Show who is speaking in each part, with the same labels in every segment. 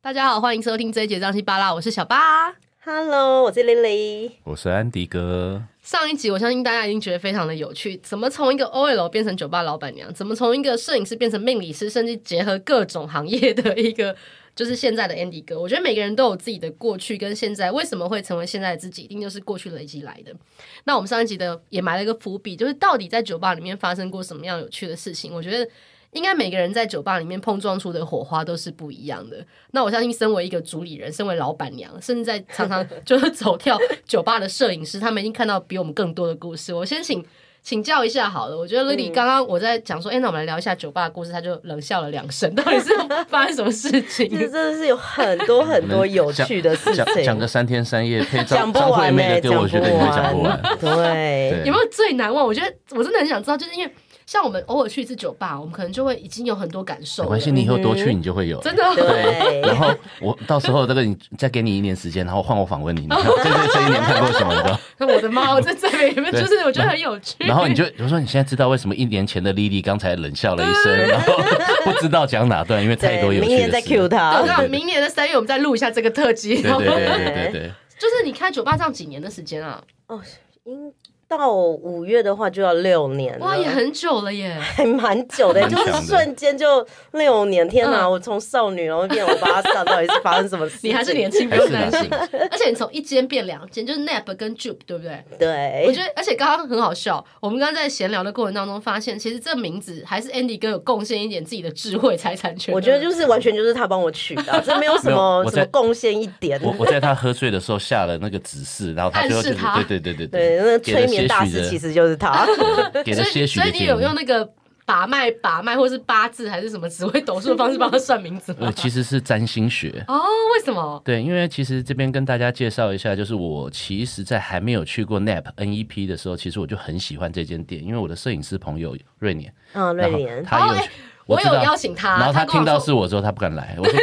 Speaker 1: 大家好，欢迎收听这一节张西巴拉，我是小巴。
Speaker 2: Hello，我是 Lily。
Speaker 3: 我是安迪哥，
Speaker 1: 上一集我相信大家已经觉得非常的有趣，怎么从一个 OL 变成酒吧老板娘，怎么从一个摄影师变成命理师，甚至结合各种行业的一个。 就是现在的 Andy 哥，我觉得每个人都有自己的过去跟现在，为什么会成为现在的自己，一定就是过去累积来的。那我们上一集的也埋了一个伏笔，就是到底在酒吧里面发生过什么样有趣的事情？我觉得应该每个人在酒吧里面碰撞出的火花都是不一样的。那我相信，身为一个主理人，身为老板娘，甚至在常常 就是走跳酒吧的摄影师，他们已经看到比我们更多的故事。我先请。请教一下好了，我觉得 Lily
Speaker 3: 嗯
Speaker 1: 刚刚我在讲说，哎、那我们来聊一下酒吧的故事，他就冷笑了两声，到底是 发生什么事 情？
Speaker 2: 这真的是有很多很多有趣的事
Speaker 3: 讲
Speaker 2: 情，
Speaker 3: 讲个三天三夜，配
Speaker 2: 讲
Speaker 3: 张
Speaker 2: 不
Speaker 3: 张惠
Speaker 2: 完欸
Speaker 3: 妹
Speaker 2: 呢，
Speaker 3: 的歌，我觉得你会讲不完。
Speaker 2: 欸对，
Speaker 3: 对
Speaker 1: 有没有最难忘？我觉得我真的很想知道，就是因为像我们偶尔去一次酒吧，我们可能就会已经有很多感受
Speaker 3: 没
Speaker 1: 了。
Speaker 3: 关系，你以后多去，你就会有了。欸
Speaker 1: 真的 哦
Speaker 2: 对
Speaker 3: 然后我到时候这个你再给你一年时间，然后换我访问你，你看我这这这一年看过什么？你知道？
Speaker 1: 我的妈！我在这里，就是我觉得很有趣。
Speaker 3: 然后你就我说你现在知道为什么一年前的莉莉刚才冷笑了一声，然后不知道讲哪段，因为太多
Speaker 2: 对，
Speaker 3: 有
Speaker 2: 明
Speaker 3: 趣
Speaker 2: 年
Speaker 3: 的
Speaker 2: 再
Speaker 3: 事。
Speaker 2: Q
Speaker 1: 我
Speaker 2: 他
Speaker 1: 知。道明年的三月我们再录一下这个特辑。
Speaker 3: 对对对
Speaker 1: 然后
Speaker 3: 对对对，
Speaker 1: 就是你开酒吧这样几年的时间啊，
Speaker 2: 应到五月的话就要六年了，
Speaker 1: 哇，也很久了耶。
Speaker 2: 还蛮久的，欸
Speaker 3: 蛮
Speaker 2: 就
Speaker 3: 长的
Speaker 2: 是瞬间就六年。天哪，
Speaker 1: 嗯
Speaker 2: 我从少女然后变欧巴桑，到底是发生什么事？
Speaker 1: 你还是年？轻，不
Speaker 3: 还
Speaker 1: 用
Speaker 3: 是
Speaker 1: 担
Speaker 3: 男
Speaker 1: 心
Speaker 3: 性。。
Speaker 1: 而且你从一间变两间，就是 Nap 跟 Jupe，对不对？我
Speaker 2: 对
Speaker 1: 觉，得，而且刚刚很好笑。我们刚刚在闲聊的过程当中，发现其实这名字还是 Andy 哥有贡献一点自己的智慧财产权。
Speaker 2: 我觉得就是完全就是他帮我取的，这没有什
Speaker 3: 没有
Speaker 2: 么
Speaker 3: 我
Speaker 2: 什么
Speaker 3: 在
Speaker 2: 贡献一点。
Speaker 3: 我我在他喝醉的时候下了那个指示，然后他最后就
Speaker 1: 暗示他
Speaker 3: 对对对对
Speaker 2: 对，那个
Speaker 3: 给了
Speaker 2: 催眠
Speaker 3: 些
Speaker 2: 大
Speaker 3: 许
Speaker 2: 师
Speaker 3: 的
Speaker 2: 其实就是 他。
Speaker 3: 给了
Speaker 1: 所以
Speaker 3: 些 许
Speaker 1: 所
Speaker 3: 的
Speaker 1: 以
Speaker 3: 建议。
Speaker 1: 你有用那个把脉、把脉，或是八字还是什么紫微斗数的方式帮他算名 字吗？
Speaker 3: 我呃其实是占星学。
Speaker 1: 哦，为什么？
Speaker 3: 对，因为其实这边跟大家介绍一下，就是我其实，在还没有去过 NAP NEP E 的时候，其实我就很喜欢这间店，因为我的摄影师朋友瑞年，
Speaker 2: 嗯，瑞
Speaker 3: 然后
Speaker 2: 莲，
Speaker 3: 他
Speaker 1: 哦
Speaker 3: 有
Speaker 1: 哎
Speaker 3: 去，
Speaker 1: 我
Speaker 3: 知
Speaker 1: 有
Speaker 3: 道
Speaker 1: 邀请他，
Speaker 3: 然后他
Speaker 1: 跟
Speaker 3: 听到
Speaker 1: 我
Speaker 3: 是
Speaker 1: 说，
Speaker 3: 我之后，他不敢来。我说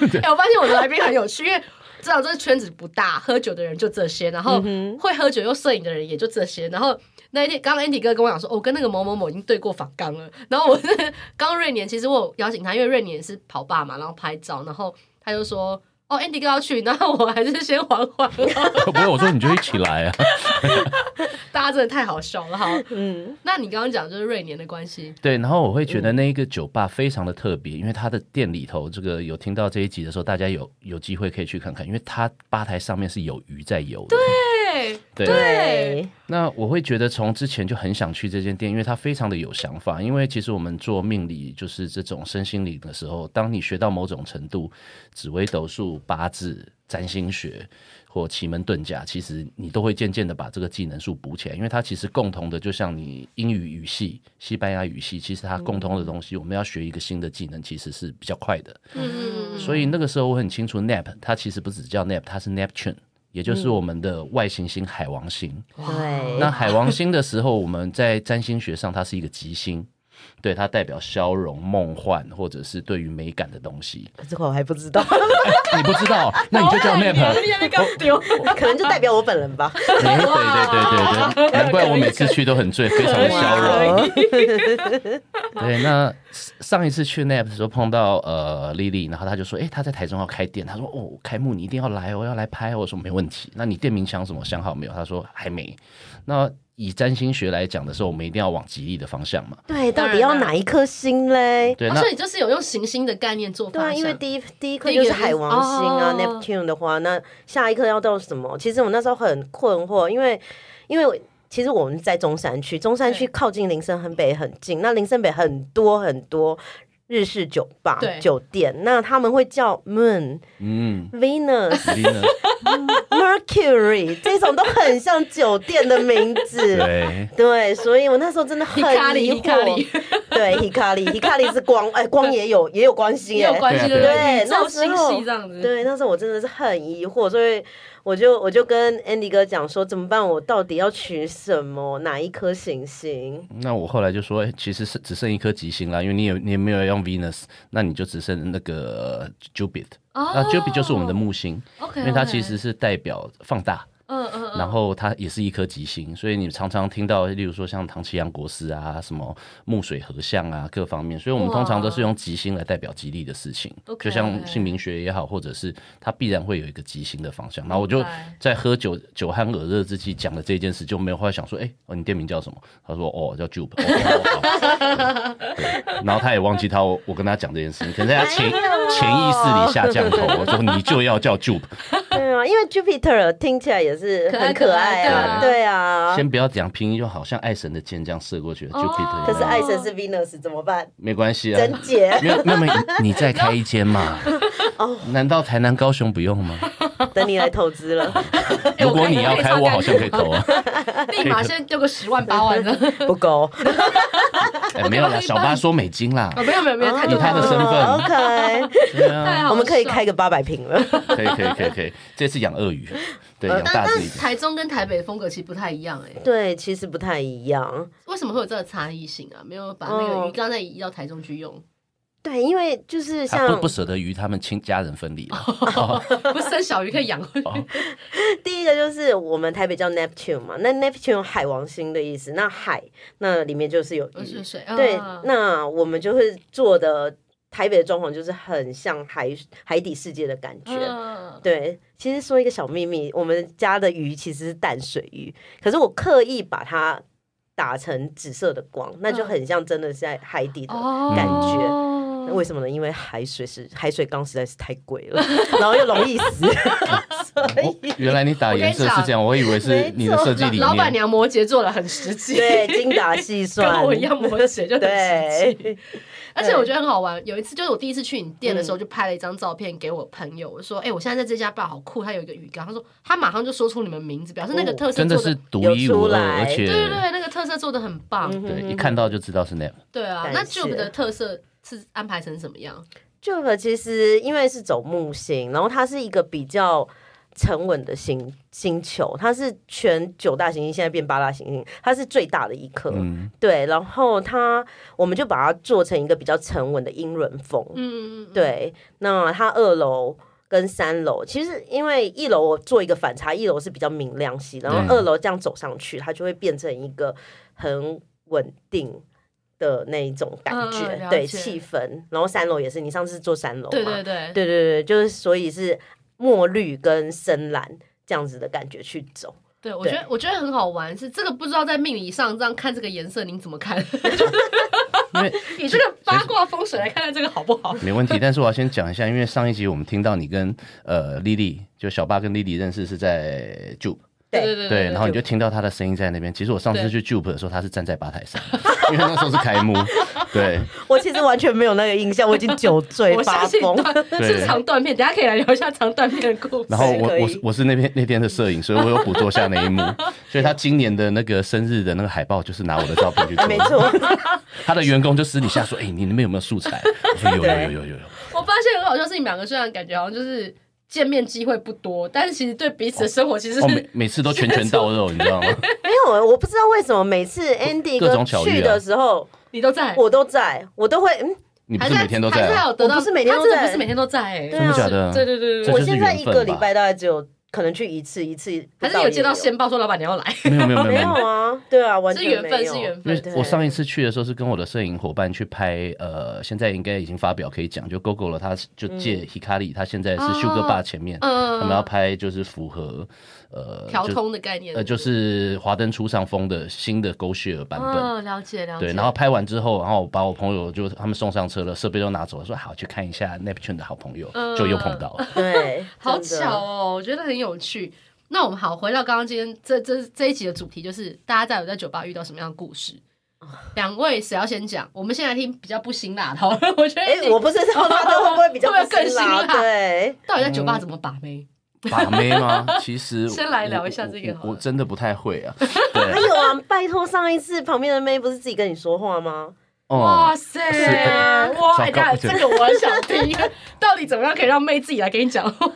Speaker 1: 我知道，哎，我发现我的来宾很有趣，因为。知道这个圈子不大，喝酒的人就这些，然后
Speaker 3: 嗯
Speaker 1: 会喝酒又摄影的人也就这些。然后那一天，刚刚 Andy 哥跟我讲说，哦我、跟那个某某某已经对过访纲了。然后我刚瑞年，其实我有邀请他，因为瑞年也是跑吧嘛，然后拍照，然后他就说，哦，Andy 哥要去，然后我还是先缓缓了。
Speaker 3: 不是，我说你就一起来啊。
Speaker 1: 大家真的太好笑了，好，
Speaker 2: 嗯，
Speaker 1: 那你刚刚讲就是瑞年的关系，
Speaker 3: 对，然后我会觉
Speaker 1: 嗯
Speaker 3: 得那一个酒吧非常的特别，因为它的店里头，这个有听到这一集的时候，大家有有机会可以去看看，因为它吧台上面是有鱼在游的。
Speaker 1: 对，
Speaker 3: 对
Speaker 2: 对，
Speaker 3: 那我会觉得从之前就很想去这间店，因为它非常的有想法。因为其实我们做命理，就是这种身心灵的时候，当你学到某种程度，紫微斗数、八字、占星学或奇门遁甲，其实你都会渐渐的把这个技能数补起来，因为它其实共同的，就像你英语语系、西班牙语系，其实它共通的东西，我们要学一个新的技能，其实是比较快的。
Speaker 1: 嗯
Speaker 3: 所以那个时候我很清楚，Nap 它其实不只叫 Nap，它是 Neptune，也就是我们的外行星海王星。
Speaker 2: 对，
Speaker 3: 那海王星的时候，我们在占星学上，它是一个吉星，对它代表消融、梦幻，或者是对于美感的东西。
Speaker 2: 这个我还不 知道，
Speaker 3: 你不知道，那你就 叫啊哦 Nap。
Speaker 1: 你刚丢，
Speaker 2: 可能就代表我本人吧。
Speaker 3: 对哎对对对对， 难怪我每次去都很醉，非常的消 融。
Speaker 1: 哦
Speaker 2: 哇
Speaker 3: 对，那上一次去 Nap 的时候碰到呃 Lily，然后她就说，诶，她在台中要开店，她说哦，开幕你一定要来哦，我要来拍哦。我说没问题。那你店名想什么想好没有？她说还没。那以占星学来讲的时候，我们一定要往吉利的方向嘛。
Speaker 2: 对，
Speaker 1: 当
Speaker 2: 到
Speaker 1: 然
Speaker 2: 底要哪一颗星嘞？
Speaker 3: 对，
Speaker 1: 哦
Speaker 3: 那
Speaker 1: 所以就是有用行星的概念做
Speaker 2: 对
Speaker 1: 发
Speaker 2: 啊，
Speaker 1: 想，
Speaker 2: 因为第一第一颗
Speaker 1: 第一个
Speaker 2: 就
Speaker 1: 就
Speaker 2: 是
Speaker 1: 是
Speaker 2: 海王星啊
Speaker 1: 哦
Speaker 2: ，Neptune 的话，那下一颗要到什么？其实我那时候很困惑，因为因为其实我们在中山区，中山区
Speaker 1: 对
Speaker 2: 靠近林森很北很近，那林森北很多很多日式酒吧
Speaker 1: 对、
Speaker 2: 酒店，那他们会叫 Moon、
Speaker 3: 嗯。
Speaker 2: Venus、
Speaker 3: 吉利呢？
Speaker 2: Mercury 这种都很像酒店的名字。
Speaker 3: 对，
Speaker 2: 对，所以我那时候 真的很
Speaker 1: 卡里
Speaker 2: 疑
Speaker 1: 伊卡里
Speaker 2: 惑。对，Hikari，Hikari 是光，哎，光也有也有关系
Speaker 1: 也
Speaker 2: 耶
Speaker 1: 有。关系
Speaker 3: 对
Speaker 1: 的
Speaker 3: 啊
Speaker 2: 对
Speaker 1: 宇宙星系这样子，
Speaker 2: 对，那时候我真的是很疑惑，所以我就我就跟 Andy 哥讲说，怎么办？我到底要取什么？哪一颗行星？
Speaker 3: 那我后来就说，哎、其实是只剩一颗吉星啦，因为你也你也没有用 Venus，那你就只剩那个呃 Jupiter，、
Speaker 1: 哦
Speaker 3: 那 Jupiter 就是我们的木星，
Speaker 1: ，OK，
Speaker 3: 因为它其实是代表放大，
Speaker 1: 嗯嗯嗯，
Speaker 3: 然后它也是一颗吉星，所以你常常听到，例如说像唐奇阳国师啊，什么木水合相啊，各方面，所以我们通常都是用吉星来代表吉利的事情，
Speaker 1: 嗯 OK
Speaker 3: 就像姓名学也好，或者是它必然会有一个吉星的方向。然后我就
Speaker 1: 明白
Speaker 3: 在喝酒酒酣耳热之际讲了这件事，就没有后来想说，哎、哦，你店名叫什么？他说，哦，叫 Jupe 哦。哦哦 然后他也忘记他我我跟他讲这件事情，可能在他
Speaker 1: 哎
Speaker 3: 潜潜意识里下降头，我说你就要叫 Jupe，
Speaker 2: 对啊，因为 Jupiter 听起来也是
Speaker 1: 可爱
Speaker 2: 很可爱啊，
Speaker 1: 可爱
Speaker 2: 对啊。
Speaker 3: 先不要讲拼音，就好像爱神的箭这样射过去了
Speaker 1: 哦
Speaker 3: ，Jupiter。
Speaker 2: 可是爱神是 Venus 怎么办？
Speaker 3: 没关系啊，
Speaker 2: 贞洁，
Speaker 3: 没有没有没有，你你再开一间嘛？难道台南、高雄不用吗？
Speaker 2: 等你来投资了，
Speaker 1: 我
Speaker 3: 如果你要
Speaker 1: 可以
Speaker 3: 开，
Speaker 1: 可以
Speaker 3: 我好像可以投啊。
Speaker 2: 嗯
Speaker 1: 立马先丢个十万八万的。
Speaker 2: 不够。
Speaker 3: 哎，没有啦，小巴说美金啦，
Speaker 1: 哦，没有没有没有，太多
Speaker 3: 以他的
Speaker 1: 太多
Speaker 3: 身份
Speaker 2: 哦 OK，
Speaker 3: 对啊，
Speaker 1: 太好
Speaker 2: 我们可以
Speaker 1: 笑
Speaker 2: 开个八百平了。
Speaker 3: 可以可以可以可以，这次养鳄鱼，对，养
Speaker 1: 哦但
Speaker 3: 大
Speaker 1: 但
Speaker 3: 只一
Speaker 1: 是
Speaker 3: 点。
Speaker 1: 台中跟台北的风格其实不太一样哎、
Speaker 2: 对，其实不太一样。
Speaker 1: 为什么会有这个差异性啊？没有把那个
Speaker 2: 哦
Speaker 1: 鱼缸再移到台中去用，
Speaker 2: 对，因为就是
Speaker 3: 他不
Speaker 2: 像
Speaker 3: 不舍得与他们亲家人分离了。
Speaker 1: 不是生小鱼可以养回
Speaker 3: 哦
Speaker 1: 去。
Speaker 2: 第一个就是我们台北叫 Neptune 嘛，那 Neptune 海王星的意思，那海那里面就是有
Speaker 1: 不
Speaker 2: 鱼
Speaker 1: 是，水，
Speaker 2: 对
Speaker 1: 啊，
Speaker 2: 那我们就会做的台北的装潢就是很像海海底世界的感觉。
Speaker 1: 嗯
Speaker 2: 对，其实说一个小秘密，我们家的鱼其实是淡水鱼，可是我刻意把它打成紫色的光，那就很像真的是在海底的。
Speaker 1: 嗯哦
Speaker 2: 感觉
Speaker 1: 嗯
Speaker 2: 那为什么呢？因为海水是海水缸实在是太贵了，然后又容 易死，所
Speaker 3: 哦
Speaker 2: 以
Speaker 3: 原来你打颜色是这样，我以为是你的设计理
Speaker 1: 老老板
Speaker 3: 念。
Speaker 1: 娘摩羯座了，很实际，
Speaker 2: 对精打细
Speaker 1: 跟
Speaker 2: 算，
Speaker 1: 我一样摩羯就很实际。
Speaker 2: 对，
Speaker 1: 而且我觉得很好玩，有一次就是我第一次去你店的时候，就拍了一张照片给我朋友，我说：“哎、我现在在这家吧，好酷，它有一个鱼缸。”他说：“他马上就说出你们名字，表示那个特色
Speaker 3: 真的
Speaker 1: 做
Speaker 3: 是
Speaker 1: 的，
Speaker 3: 独一无
Speaker 2: 有出
Speaker 3: 二，
Speaker 2: 来
Speaker 3: 而
Speaker 1: 对
Speaker 3: 且
Speaker 1: 对对，那个特色做的很棒，
Speaker 3: 对一看到就知道是 Nap。
Speaker 1: 对啊。
Speaker 2: 感
Speaker 1: 那
Speaker 2: 谢
Speaker 1: Jube 的特色是安排成什么样？
Speaker 2: Jove 其实因为是走木星，然后它是一个比较沉稳的星星球，它是全九大行星现在变八大行星，它是最大的一颗。
Speaker 3: 嗯，
Speaker 2: 对，然后它我们就把它做成一个比较沉稳的英伦风。
Speaker 1: 嗯，嗯，嗯
Speaker 2: 对，那它二楼。跟三楼其实，因为一楼我做一个反差，一楼是比较明亮系，然后
Speaker 3: 对
Speaker 2: 二楼这样走上去，它就会变成一个很稳定的那一种感
Speaker 1: 嗯嗯
Speaker 2: 觉，
Speaker 1: 了
Speaker 2: 对
Speaker 1: 解
Speaker 2: 气氛。然后三楼也是，你上次做三楼嘛，
Speaker 1: 嗯对对对
Speaker 2: 对对对，就是所以是墨绿跟深蓝这样子的感觉去走。
Speaker 1: 对，我觉
Speaker 2: 对
Speaker 1: 得我觉得很好玩，是这个不知道在命理上这样看这个颜色，您怎么看？
Speaker 3: 因为
Speaker 1: 以这个八卦风水来看看这个好不好？
Speaker 3: 没问题，但是我要先讲一下，因为上一集我们听到你跟呃丽丽，就小巴跟丽丽认识是在 Jupe，
Speaker 2: 对
Speaker 1: 对对
Speaker 3: 对，然后你就
Speaker 2: Jupe
Speaker 3: 听到她的声音在那边。其实我上次去 Jupe 的时候，她是站在吧台上，因为那时候是开幕，对，
Speaker 2: 我其实完全没有那个印象，我已经酒 醉
Speaker 1: 我
Speaker 2: 发
Speaker 1: 相信
Speaker 2: 疯。
Speaker 1: 断是长断片，等一下可以来聊一下长断片的故事。
Speaker 3: 然后我
Speaker 2: 可以
Speaker 3: 我是我是那边那天的摄影，所以我有捕捉下那一幕，所以她今年的那个生日的那个海报就是拿我的照片去 做，
Speaker 2: 没错，
Speaker 3: 她的员工就私底下说：“哎，你那边有没有素材？”我说：“有有有有有有。
Speaker 1: 我发现很好笑，是你们两个虽然感觉好像就是见面机会不多，但是其实对彼此的生活其实”
Speaker 3: 哦，每
Speaker 1: 是
Speaker 3: 每次都拳拳到肉，你知道吗？
Speaker 2: 没有，我不知道为什么每次 Andy
Speaker 3: 各
Speaker 2: 哥
Speaker 3: 种巧遇啊
Speaker 2: 去的时候，
Speaker 1: 你都在，
Speaker 2: 我都在，我都会嗯，
Speaker 3: 你不
Speaker 1: 还
Speaker 3: 是
Speaker 1: 在
Speaker 3: 每天都在
Speaker 1: 还是还
Speaker 3: 啊？
Speaker 1: 有得到，
Speaker 2: 我不是每天
Speaker 1: 他
Speaker 2: 都
Speaker 1: 真的
Speaker 2: 在
Speaker 1: 不是每天都在，哎
Speaker 2: 对
Speaker 3: 真
Speaker 2: 啊
Speaker 3: 的假的？
Speaker 1: 对对对对
Speaker 3: 这
Speaker 1: 对，
Speaker 2: 我
Speaker 3: 就是
Speaker 2: 现在一
Speaker 3: 缘分
Speaker 2: 个
Speaker 3: 吧
Speaker 2: 礼拜大概只有可能去一次，一次
Speaker 1: 还
Speaker 2: 不
Speaker 1: 是
Speaker 2: 到
Speaker 1: 有接到
Speaker 2: 也
Speaker 1: 线报说老板娘要来，
Speaker 3: 没有没有没有
Speaker 2: 没有啊？对啊，完
Speaker 1: 是
Speaker 2: 全
Speaker 1: 缘分
Speaker 2: 没有
Speaker 1: 是缘
Speaker 3: 因
Speaker 1: 分
Speaker 3: 为
Speaker 2: 对
Speaker 3: 我上一次去的时候是跟我的摄影伙伴去拍，呃，现在应该已经发表可以讲，就 GoGo 了，他就借 Hikari，、他现在是
Speaker 1: 嗯哦
Speaker 3: 修哥爸前面，
Speaker 1: 嗯，
Speaker 3: 他们要拍就是符合呃
Speaker 1: 调
Speaker 3: 就
Speaker 1: 通的概念，
Speaker 3: 呃就是华灯初上风的新的 Go Share 版本。
Speaker 1: 哦，了解了解，
Speaker 3: 对，然后拍完之后，然后我把我朋友就他们送上车了，设备都拿走了，说好去看一下 Neptune 的好朋友，
Speaker 1: 嗯
Speaker 3: 就又碰 到了。
Speaker 2: 对，
Speaker 1: 好
Speaker 2: 真的
Speaker 1: 巧哦，我觉得很有趣。那我们好，回到刚刚今天这这这一集的主题，就是大家在有在酒吧遇到什么样的故事？两位谁要先讲？我们先来听比较不辛辣的，好了。 我觉得
Speaker 2: 哎、
Speaker 1: 你
Speaker 2: 我不知道他的会不会比较
Speaker 1: 会不会更
Speaker 2: 不辛辣
Speaker 1: 辛辣
Speaker 2: 对，
Speaker 1: 到底在酒吧怎么把妹？
Speaker 3: 把妹吗？其实
Speaker 1: 先来
Speaker 3: 我
Speaker 1: 聊一下这个
Speaker 3: 我
Speaker 1: 好
Speaker 3: 我，
Speaker 1: 了
Speaker 3: 我真的不太会 啊。对
Speaker 2: 还，有啊，拜托，上一次旁边的妹不是自己跟你说话吗？
Speaker 3: 哦
Speaker 1: 哇，塞
Speaker 3: 是的，
Speaker 1: 哇！
Speaker 3: 糟
Speaker 1: 哎
Speaker 3: 糕
Speaker 1: 等一
Speaker 3: 对
Speaker 1: 下这个我很想听， 到底怎么样可以让妹自己来跟你讲话？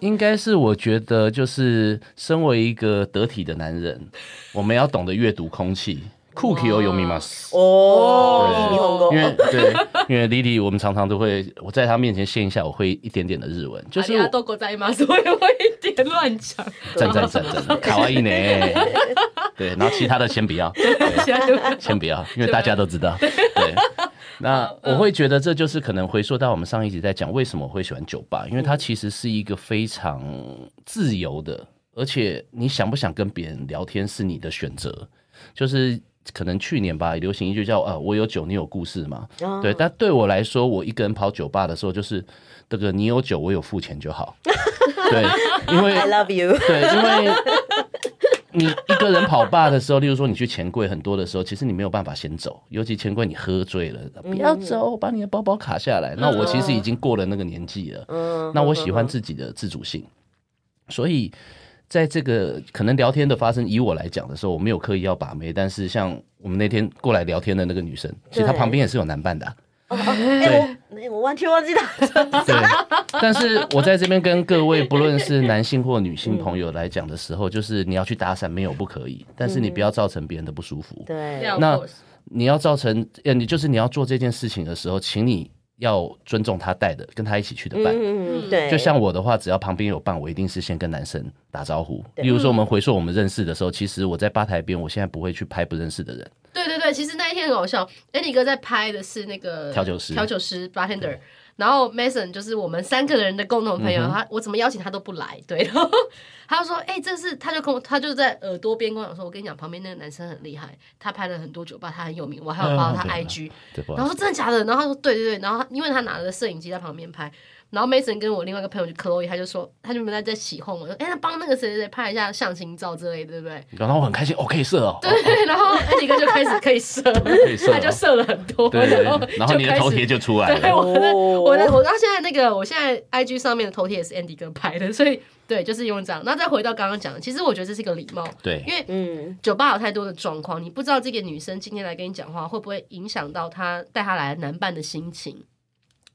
Speaker 3: 应该是我觉得，就是身为一个得体的男人，我们要懂得阅读空气酷奇哦，有密码斯。
Speaker 2: 哦，
Speaker 1: 对
Speaker 2: 霓虹沟
Speaker 3: 因为对，因为 Lily，我们常常都会，我在她面前献一下，我会一点点的日文， 就
Speaker 1: 就是是啊哎都国在吗？ 所以我一点乱讲，
Speaker 3: 赞赞赞赞，卡哇伊呢。对，然后其他的先不要，
Speaker 1: 其他就没
Speaker 3: 先不要，因为大家都知道。对，那我会觉得这就是可能回溯到我们上一集在讲为什么我会喜欢酒吧，因为它其实是一个非常自由的，而且你想不想跟别人聊天是你的选择，就是。可能去年吧，流行一句叫“啊，我有酒，你有故事”嘛。
Speaker 2: 哦
Speaker 3: 对，但对我来说，我一个人跑酒吧的时候，就是这个你有酒，我有付钱就好。对，因为
Speaker 2: ，I love you，
Speaker 3: 对，因为你一个人跑吧的时候，例如说你去钱柜，很多的时候，其实你没有办法先走，尤其钱柜你喝醉了，
Speaker 2: 嗯
Speaker 3: 不要走，把你的包包卡下来。那我其实已经过了那个年纪了，
Speaker 2: 嗯，
Speaker 3: 那我喜欢自己的自主性，所以。在这个可能聊天的发生，以我来讲的时候，我没有刻意要把妹，但是像我们那天过来聊天的那个女生，其实她
Speaker 2: 对
Speaker 3: 旁边也是有男伴的啊、
Speaker 2: 哎，我哎我完全忘记他，
Speaker 3: 对，但是我在这边跟各位，不论是男性或女性朋友来讲的时候，就是你要去搭讪，没有不可以，
Speaker 1: 嗯
Speaker 3: 但是你不要造成别人的不舒服。
Speaker 2: 对，
Speaker 1: 有。
Speaker 3: 那你要造成，呃，你就是你要做这件事情的时候，请你要尊重他带的，跟他一起去的伴。
Speaker 2: 嗯，对，
Speaker 3: 就像我的话，只要旁边有伴，我一定是先跟男生打招呼。例如说，我们回溯我们认识的时候，其实我在吧台边，我现在不会去拍不认识的人。
Speaker 1: 对对对，其实那一天很好笑，Andy 哥在拍的是那个
Speaker 3: 调酒师
Speaker 1: 调酒师 bartender，然后 Mason 就是我们三个人的共同朋
Speaker 3: 嗯
Speaker 1: 友，他我怎么邀请他都不来，对， 然后他就说，哎、这是他就跟我他就在耳朵边跟我讲说，我跟你讲，旁边那个男生很厉害，他拍了很多酒吧，他很有名，我还有
Speaker 3: 嗯
Speaker 1: 发他
Speaker 3: 对
Speaker 1: IG，、
Speaker 3: 对不
Speaker 1: 然？后说真的假的，然后他说对对对，然后他因为他拿了摄影机在旁边拍，然后 Mason 跟我另外一个朋友就 Chloe，他就说他就没在在起哄，我说哎，那帮那个谁谁谁拍一下相亲照之类的，对不对？
Speaker 3: 然后我很开心，哦，可以射哦，哦
Speaker 1: 对，然 后 Andy 哥就开始可以射了。
Speaker 3: 可以射
Speaker 1: 他就
Speaker 3: 哦。
Speaker 1: 射了很多，
Speaker 3: 对对
Speaker 1: 后
Speaker 3: 对，然后你的头贴就出来
Speaker 1: 就开始。
Speaker 3: 了
Speaker 1: 对，。我的
Speaker 2: 哦
Speaker 1: 我的我到现在那个，我现在 IG 上面的头贴也是 Andy 哥拍的，所以对，就是用这样。那再回到刚刚讲的，其实我觉得这是一个礼貌，
Speaker 3: 对，
Speaker 1: 因为
Speaker 2: 嗯，
Speaker 1: 酒吧有太多的状况，你不知道这个女生今天来跟你讲话会不会影响到她带她来的男伴的心情，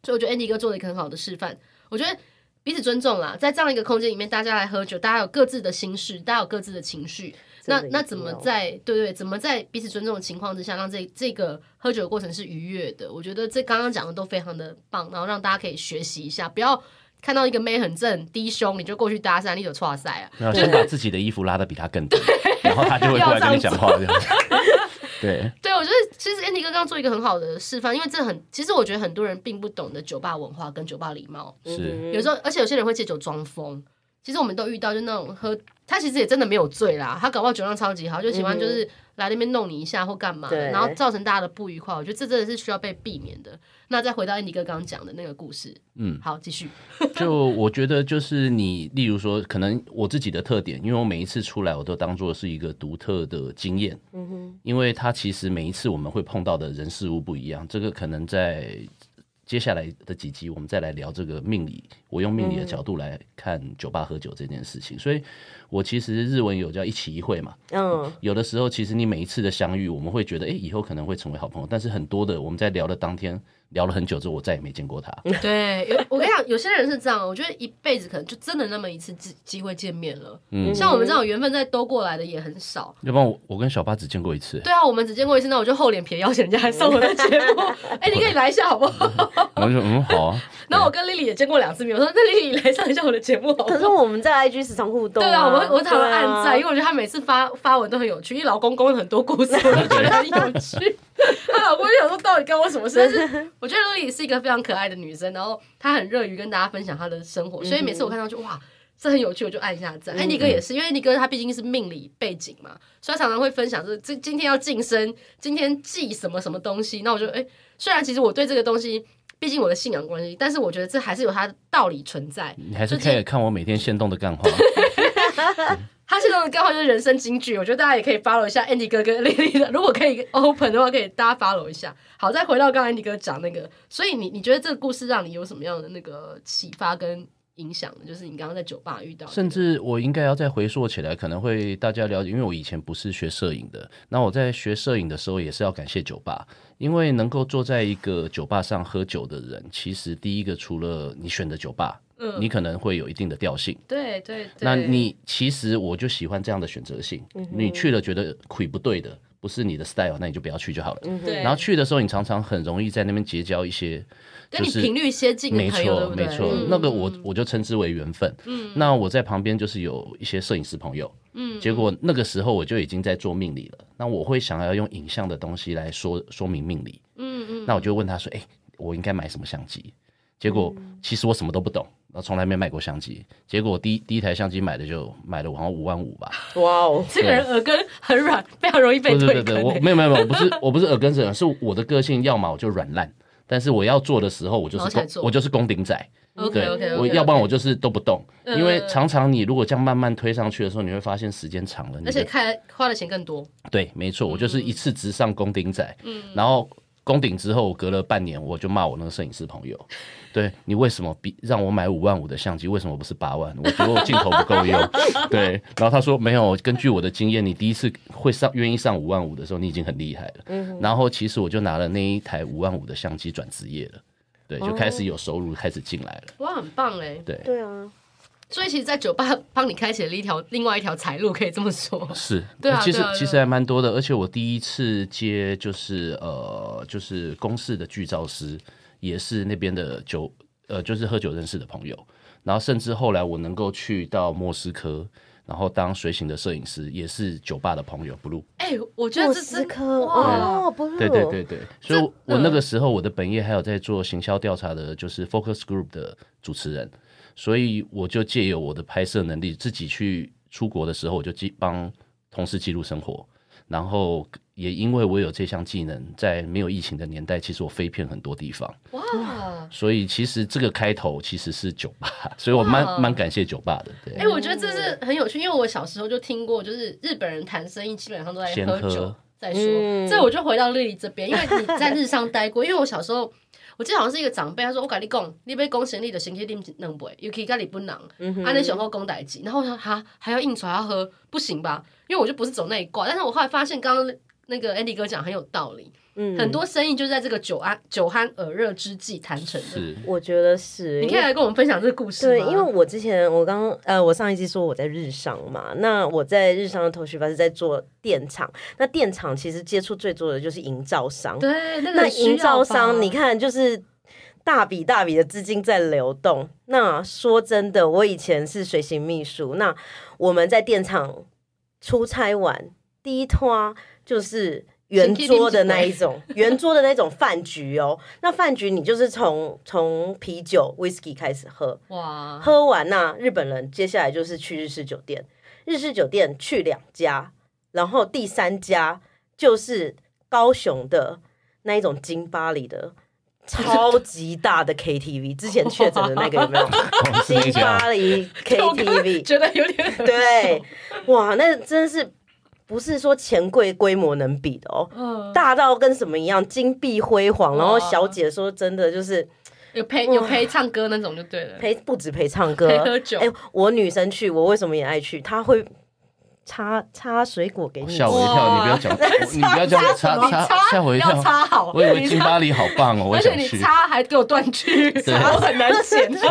Speaker 1: 所以我觉得 Andy 哥做了一个很好的示范。我觉得彼此尊重啦，在这样一个空间里面，大家来喝酒，大家有各自的心事，大家有各自的情绪，那
Speaker 2: 真的一定
Speaker 1: 那怎么
Speaker 2: 要
Speaker 1: 在对对，怎么在彼此尊重的情况之下，让这这个喝酒的过程是愉悦的？我觉得这刚刚讲的都非常的棒，然后让大家可以学习一下，不要看到一个妹很正低胸你就过去搭讪，你就错赛啊！
Speaker 3: 没有，先把自己的衣服拉得比他更短，然后他就会过来跟你讲话这样子。对，
Speaker 1: 对，我觉得其实 Andy 哥刚刚做一个很好的示范，因为这很其实我觉得很多人并不懂得酒吧文化跟酒吧礼貌，
Speaker 2: 嗯
Speaker 3: 是，
Speaker 1: 有时候而且有些人会借酒装疯。其实我们都遇到，就那种喝他其实也真的没有醉啦，他搞不好酒量超级好，就喜欢就是来那边弄你一下或干嘛的，
Speaker 2: 对
Speaker 1: 然后造成大家的不愉快。我觉得这真的是需要被避免的。那再回到 Andy 哥刚刚讲的那个故事，
Speaker 3: 嗯，
Speaker 1: 好，继续。
Speaker 3: 就我觉得就是你，例如说，可能我自己的特点，因为我每一次出来，我都当做是一个独特的经验。嗯哼，因为它其实每一次我们会碰到的人事物不一样，这个可能在接下来的几集我们再来聊这个命理，我用命理的角度来看酒吧喝酒这件事情。所以我其实日文有叫一起一会嘛，
Speaker 2: 嗯，
Speaker 3: 有的时候，其实你每一次的相遇，我们会觉得，哎、以后可能会成为好朋友。但是很多的，我们在聊的当天，聊了很久之后，我再也没见过他。
Speaker 1: 对，有我跟你讲，有些人是这样，我觉得一辈子可能就真的那么一次机机会见面了。
Speaker 3: 嗯
Speaker 1: 像我们这种缘分再兜过来的也很少。
Speaker 3: 要不然我我跟小八只见过一次，欸
Speaker 1: 对啊，我们只见过一次，那我就厚脸皮邀请人家来上我的节 目。哎、你可以来一下好不好？
Speaker 3: 然后就嗯好啊，
Speaker 1: 然后我跟 Lily 也见过两次面，我说那 Lily 你来上一下我的节目好不
Speaker 2: 可
Speaker 1: 好
Speaker 2: 是？我们在 IG 时常互动、
Speaker 1: 对啊，我我常常
Speaker 2: 对啊
Speaker 1: 按赞，因为我觉得她每次发发文都很有趣，因为老公公很多故事，我都觉得很有 趣。她老公就想说到底干我什么事？但是我觉得 Lily 是一个非常可爱的女生，然后她很乐于跟大家分享她的生活，所以每
Speaker 2: 嗯
Speaker 1: 次我看到就哇。这很有趣，我就按一下赞。安迪哥也是，因为安迪哥他毕竟是命理背景嘛，所以他常常会分享，就是这今天要晋升，今天记什么什么东西。那我就哎、虽然其实我对这个东西，毕竟我的信仰关系，但是我觉得这还是有它的道理存在。
Speaker 3: 你还是可以看我每天现动的干话。
Speaker 1: 他现在的刚好就是人生金句，我觉得大家也可以 follow 一下 Andy 哥跟 Lily 的，如果可以 open 的话，可以大家 follow 一下。好，再回到刚刚 Andy 哥讲那个，所以你你觉得这个故事让你有什么样的那个启发跟影响呢？就是你刚刚在酒吧遇到的，
Speaker 3: 甚至我应该要再回溯起来，可能会大家了解，因为我以前不是学摄影的。那我在学摄影的时候，也是要感谢酒吧，因为能够坐在一个酒吧上喝酒的人，其实第一个除了你选的酒吧，
Speaker 1: 嗯
Speaker 3: 你可能会有一定的调性。
Speaker 1: 对对对，嗯
Speaker 3: 那你其实我就喜欢这样的选择性，你去了觉得亏不对的，不是你的 style，那你就不要去就好了。
Speaker 1: 嗯对，
Speaker 3: 然后去的时候，你常常很容易在那边结交一些
Speaker 1: 跟你
Speaker 3: 就是
Speaker 1: 频率接近
Speaker 3: 没
Speaker 1: 的朋友，对不对？
Speaker 3: 错，没
Speaker 1: 嗯
Speaker 3: 错，那个我我就称之为缘分。嗯，那我在旁边就是有一些摄影师朋友，嗯，结果那个时候我就已经在做命理了。那我会想要用影像的东西来说说明命理，嗯嗯，那我就问他说，哎、我应该买什么相机？结果
Speaker 1: 嗯
Speaker 3: 其实我什么都不懂，然后从来没买过相机。结果我第一第一台相机买的就买了，好像五万五吧。
Speaker 2: 哇哦，
Speaker 1: 这个人耳根很软， 非常容 易被
Speaker 3: 不
Speaker 1: 推
Speaker 3: 是
Speaker 1: 坑
Speaker 3: 不
Speaker 1: 欸、
Speaker 3: 是不是，我没有没有没有，我 不是我不是耳根子软，是我的个性，要么我就软烂，但是我要做的时候，我就
Speaker 1: 毛
Speaker 3: 是
Speaker 1: 起来
Speaker 3: 公
Speaker 1: 做
Speaker 3: 我就是宫顶仔，
Speaker 1: OK
Speaker 3: 对
Speaker 1: OK，
Speaker 3: 我要不然我就是都不动，
Speaker 1: 嗯
Speaker 3: 因为常常你如果这样慢慢推上去的时候，你会发现时间长了，你
Speaker 1: 而
Speaker 3: 的
Speaker 1: 且嗯开花的钱更多，
Speaker 3: 对，没错，我就是一次直上宫顶仔，
Speaker 1: 嗯
Speaker 3: 然后。宫顶之后，我隔了半年，我就骂我那个摄影师朋友， 对你为什么比让我买五万五的相机，为什么不是八万？我觉得我镜头不够 用。对，然后他说没有，根据我的经验，你第一次会上愿意上五万五的时候，你已经很厉害了。
Speaker 1: 嗯
Speaker 3: 然后其实我就拿了那一台五万五的相机转职业了，对，就开始有收入，开始进来了。
Speaker 1: 哇，很棒哎！
Speaker 3: 对，
Speaker 2: 对啊，
Speaker 1: 所以其实，在酒吧帮你开启了一条另外一条财路，可以这么说。
Speaker 3: 是，呃
Speaker 1: 对啊
Speaker 3: 其实
Speaker 1: 对啊
Speaker 3: 其实还蛮多的，而且我第一次接就是呃就是公司的剧照师，也是那边的酒呃就是喝酒认识的朋友，然后甚至后来我能够去到莫斯科，然后当随行的摄影师，也是酒吧的朋友 Blue，
Speaker 1: 哎、我觉得
Speaker 2: 莫
Speaker 1: 这
Speaker 2: 斯
Speaker 1: 是
Speaker 2: 科
Speaker 1: 哇，
Speaker 2: 哦，不是，
Speaker 3: 对对对对，所以我
Speaker 1: 这
Speaker 3: 我那个时候我的本业还有在做行销调查的，就是 Focus Group 的主持人，所以我就借由我的拍摄能力，自己去出国的时候，我就记帮同事记录生活，然后也因为我有这项技能，在没有疫情的年代，其实我飞遍很多地方，
Speaker 1: 哇！
Speaker 3: 所以其实这个开头其实是酒吧， 所以我蛮蛮感谢酒吧的，
Speaker 1: 哎、
Speaker 3: 对，
Speaker 1: 我觉得这是很有趣，因为我小时候就听过，就是日本人谈生意基本上都在
Speaker 3: 先
Speaker 1: 喝
Speaker 3: 喝
Speaker 1: 酒再说。
Speaker 2: 嗯
Speaker 1: 这我就回到丽丽这边，因为你在日上待过，因为我小时候。我记得好像是一个长辈，他说：“我跟你讲，你被公行李的行李定能不？尤其咖喱不能，
Speaker 2: 嗯
Speaker 1: 啊，那想后公代机。”然后我想哈，还要硬出来要喝，不行吧？因为我就不是走那一挂。但是我后来发现，刚刚那个 Andy 哥讲很有道理，
Speaker 2: 嗯
Speaker 1: 很多生意就是在这个酒酣酒酣耳热之际谈成的。
Speaker 3: 是
Speaker 2: 我觉得是，
Speaker 1: 你
Speaker 2: 因
Speaker 1: 可以
Speaker 2: 为
Speaker 1: 来跟我们分享这个故事
Speaker 2: 对，
Speaker 1: 吗
Speaker 2: 因为我之前我刚呃，我上一季说我在日商嘛，那我在日商的头绪吧是在做电厂，那电厂其实接触最多的就是营造商，
Speaker 1: 对那个
Speaker 2: 那
Speaker 1: 很需要
Speaker 2: 营造
Speaker 1: 吧
Speaker 2: 商你看就是。大笔大笔的资金在流动。那说真的，我以前是随行秘书，那我们在电厂出差完，第一拖就是圆桌的那一种，圆桌的那种饭局哦。那饭局你就是从从啤酒、whisky 开始喝，
Speaker 1: 哇，
Speaker 2: 喝完那、日本人接下来就是去日式酒店，日式酒店去两家，然后第三家就是高雄的那一种金巴里的。超级大的 KTV，之 前确诊的那个有没有？
Speaker 3: 是那
Speaker 2: 金
Speaker 3: 家
Speaker 2: 巴黎 KTV，
Speaker 1: 觉得有点
Speaker 2: 对，哇，那真是不是说钱柜规模能比的哦，
Speaker 1: 嗯，
Speaker 2: 大到跟什么一样，金碧辉煌。然后
Speaker 1: 哇
Speaker 2: 小姐说真的就是
Speaker 1: 有陪有陪唱歌那种就对了，
Speaker 2: 陪不止陪唱歌，
Speaker 1: 陪喝酒
Speaker 2: 哎、我女生去，我为什么也爱去？她会插插水果给你吃。
Speaker 3: 吓我一跳，你不要讲，哦你不要讲，
Speaker 1: 你
Speaker 3: 插
Speaker 1: 插
Speaker 3: 插吓我一
Speaker 1: 要
Speaker 3: 跳，
Speaker 1: 插好，
Speaker 3: 我以为
Speaker 1: 你
Speaker 3: 金
Speaker 1: 插
Speaker 3: 巴黎好棒哦，我
Speaker 1: 而且
Speaker 3: 想
Speaker 1: 你
Speaker 3: 去。啊
Speaker 1: 插还给我断 句，我很难 剪。
Speaker 2: 对，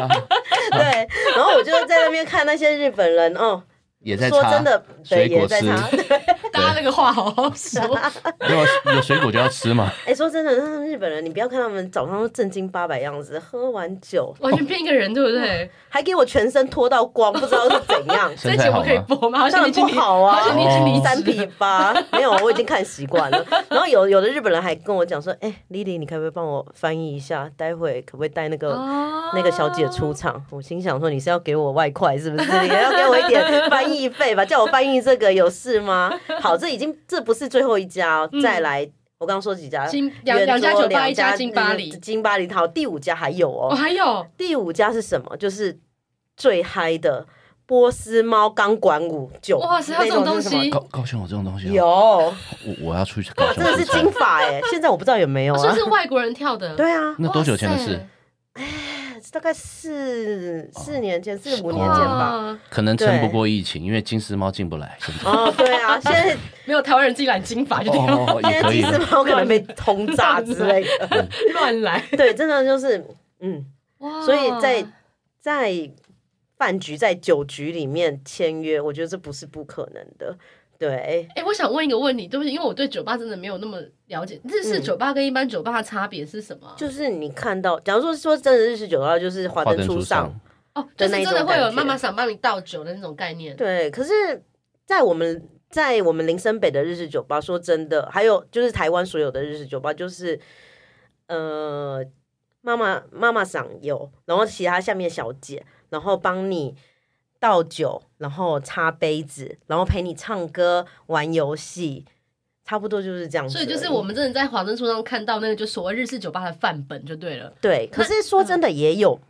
Speaker 2: 然后我就在那边看那些日本人哦，
Speaker 3: 也在
Speaker 2: 说
Speaker 3: 插，
Speaker 2: 真的，对，
Speaker 3: 水果
Speaker 2: 也在
Speaker 3: 吃
Speaker 2: 插。
Speaker 1: 大家那个话好好说，
Speaker 3: 有有水果就要吃嘛。。
Speaker 2: 哎、说真的，那日本人，你不要看他们早上都正经八百样子，喝完酒
Speaker 1: 完全变一个人，对不对？
Speaker 2: 还给我全身脱到光，不知道是怎样
Speaker 1: 这
Speaker 3: 身
Speaker 1: 节
Speaker 3: 材
Speaker 1: 目
Speaker 3: 好
Speaker 1: 可以
Speaker 3: 吗？哦
Speaker 1: 播吗？好
Speaker 2: 当
Speaker 1: 像
Speaker 2: 然
Speaker 1: 已经
Speaker 2: 不
Speaker 1: 离，
Speaker 2: 好啊
Speaker 1: 好像你已经离
Speaker 2: 三
Speaker 1: 职
Speaker 2: 比八， 没有，我已经看习惯了。然后有有的日本人还跟我讲说：“哎、l i l y 你可不可以帮我翻译一下？待会可不可以带那个
Speaker 1: 哦
Speaker 2: 那个小姐出场，我心想说你是要给我外快是不是？也要给我一 点翻译费吧？叫我翻译这个有事吗？好，这已经这不是最后一家、哦，再来，我刚刚说几家，
Speaker 1: 嗯金两
Speaker 2: 圆
Speaker 1: 两家
Speaker 2: 桌
Speaker 1: 酒吧，
Speaker 2: 两
Speaker 1: 一家金巴黎
Speaker 2: 嗯，金巴黎好，第五家还有
Speaker 1: 哦，
Speaker 2: 哦，
Speaker 1: 还有
Speaker 2: 第五家是什么？就是最嗨的波斯猫钢管舞酒，
Speaker 1: 哇塞，还有这种
Speaker 2: 那种
Speaker 1: 东
Speaker 2: 是什么
Speaker 1: 西
Speaker 3: 高，高雄有这种东西、
Speaker 2: 有，
Speaker 3: 哦，
Speaker 2: 哇，
Speaker 3: 我我要出去高雄
Speaker 2: 真的是
Speaker 3: 出差
Speaker 2: 金。发哎，现在我不知道有没有
Speaker 1: 这
Speaker 2: 啊
Speaker 1: 哦是？外国人跳的，
Speaker 2: 对啊，
Speaker 3: 那多久前的事？
Speaker 2: 大概四四年前，四五
Speaker 1: 哇
Speaker 2: 年前吧。
Speaker 3: 可能撑不
Speaker 2: 对
Speaker 3: 过疫情，因为金丝猫进不来。现在
Speaker 2: 哦，对啊，现在
Speaker 1: 没有台湾人自己染金发就这样
Speaker 3: 哦 也
Speaker 2: 现在
Speaker 3: 可以
Speaker 2: 金丝
Speaker 3: 了。
Speaker 2: 猫可能被轰炸之类的，
Speaker 1: 乱来，
Speaker 2: 对，真的就是，嗯，
Speaker 1: 哇
Speaker 2: 所以在
Speaker 1: 哦
Speaker 2: 在饭局、在酒局里面签约，我觉得这不是不可能的。对，
Speaker 1: 哎、我想问一个问题，对不起，因为我对酒吧真的没有那么了解。日式
Speaker 2: 嗯
Speaker 1: 酒吧跟一般酒吧的差别是什么啊？
Speaker 2: 就是你看到，假如说说真的日式酒吧，就是华
Speaker 3: 华
Speaker 2: 灯
Speaker 3: 灯
Speaker 2: 初
Speaker 3: 初
Speaker 2: 上
Speaker 3: 上，，
Speaker 1: 哦，就是
Speaker 2: 那一
Speaker 1: 真的
Speaker 2: 种
Speaker 1: 会有
Speaker 2: 感
Speaker 1: 妈妈
Speaker 2: 觉
Speaker 1: 想帮你倒酒的那种概念。
Speaker 2: 对，可是，在我们在我们林森北的日式酒吧，说真的，还有就是台湾所有的日式酒吧，就是呃，妈妈妈妈赏有，然后其他下面小姐，然后帮你倒酒，然后擦杯子，然后陪你唱歌、玩游戏，差不多就是这样子
Speaker 1: 所
Speaker 2: 而已。
Speaker 1: 以就是我们真的在华灯初上看到那个，就所谓日式酒吧的范本就对了。
Speaker 2: 对，可
Speaker 1: 那嗯
Speaker 2: 是说真的也有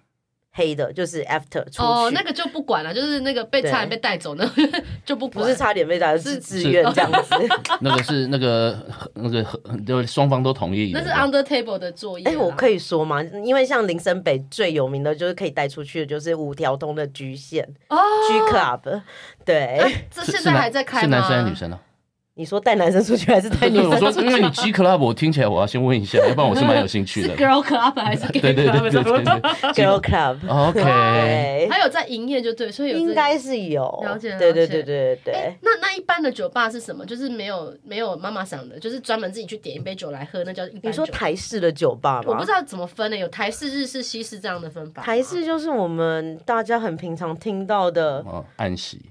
Speaker 2: 黑的，就是 after 出去，
Speaker 1: 哦，那个就不管了，就是那个被
Speaker 2: 对
Speaker 1: 差点被带走呢， 就不
Speaker 2: 不
Speaker 1: 管。
Speaker 2: 是差点被打，
Speaker 1: 是哦
Speaker 2: 是自愿这样子。
Speaker 3: 那个是那个那个就是双方都同意
Speaker 1: 那
Speaker 3: 的。
Speaker 1: 是啊 under table 的作业啦。
Speaker 2: 哎、我可以说吗？因为像林森北最有名的就是可以带出去的，就是五条通的局限、
Speaker 1: 哦，
Speaker 2: G Club。对，哎
Speaker 1: 啊这
Speaker 3: 是
Speaker 1: 现
Speaker 3: 是
Speaker 1: 在
Speaker 3: 男
Speaker 1: 还在开吗？
Speaker 3: 是男生还是 女生呢？
Speaker 2: 你说带男生出去还是带哎
Speaker 3: 对
Speaker 2: 女
Speaker 3: 对，我
Speaker 2: 生？
Speaker 3: 说因为你 G Club，我听起来我要先问一下，要不哦然我是蛮有兴趣
Speaker 1: 是
Speaker 3: 的。
Speaker 1: girl club 还是 gay
Speaker 3: 对对对
Speaker 1: club？
Speaker 3: 对对对
Speaker 2: Girl Club，
Speaker 3: ，OK，
Speaker 2: 对，
Speaker 1: 还有在营业就对，所以有这
Speaker 2: 应该是有。
Speaker 1: 了解了
Speaker 2: 对对
Speaker 1: 解
Speaker 2: 对对对
Speaker 1: 哎，那那一般的酒吧是什么？就是没有没有妈妈赏的，就是专门自己去点一杯酒来喝，那叫一般
Speaker 2: 你说
Speaker 1: 酒
Speaker 2: 台式的酒吧
Speaker 1: 我
Speaker 2: 吗
Speaker 1: 不知？道怎么分呢、欸有台式、日式、西式这样的分法吗。
Speaker 2: 台式就是我们大家很平常听到的，哎
Speaker 3: 哦，暗喜。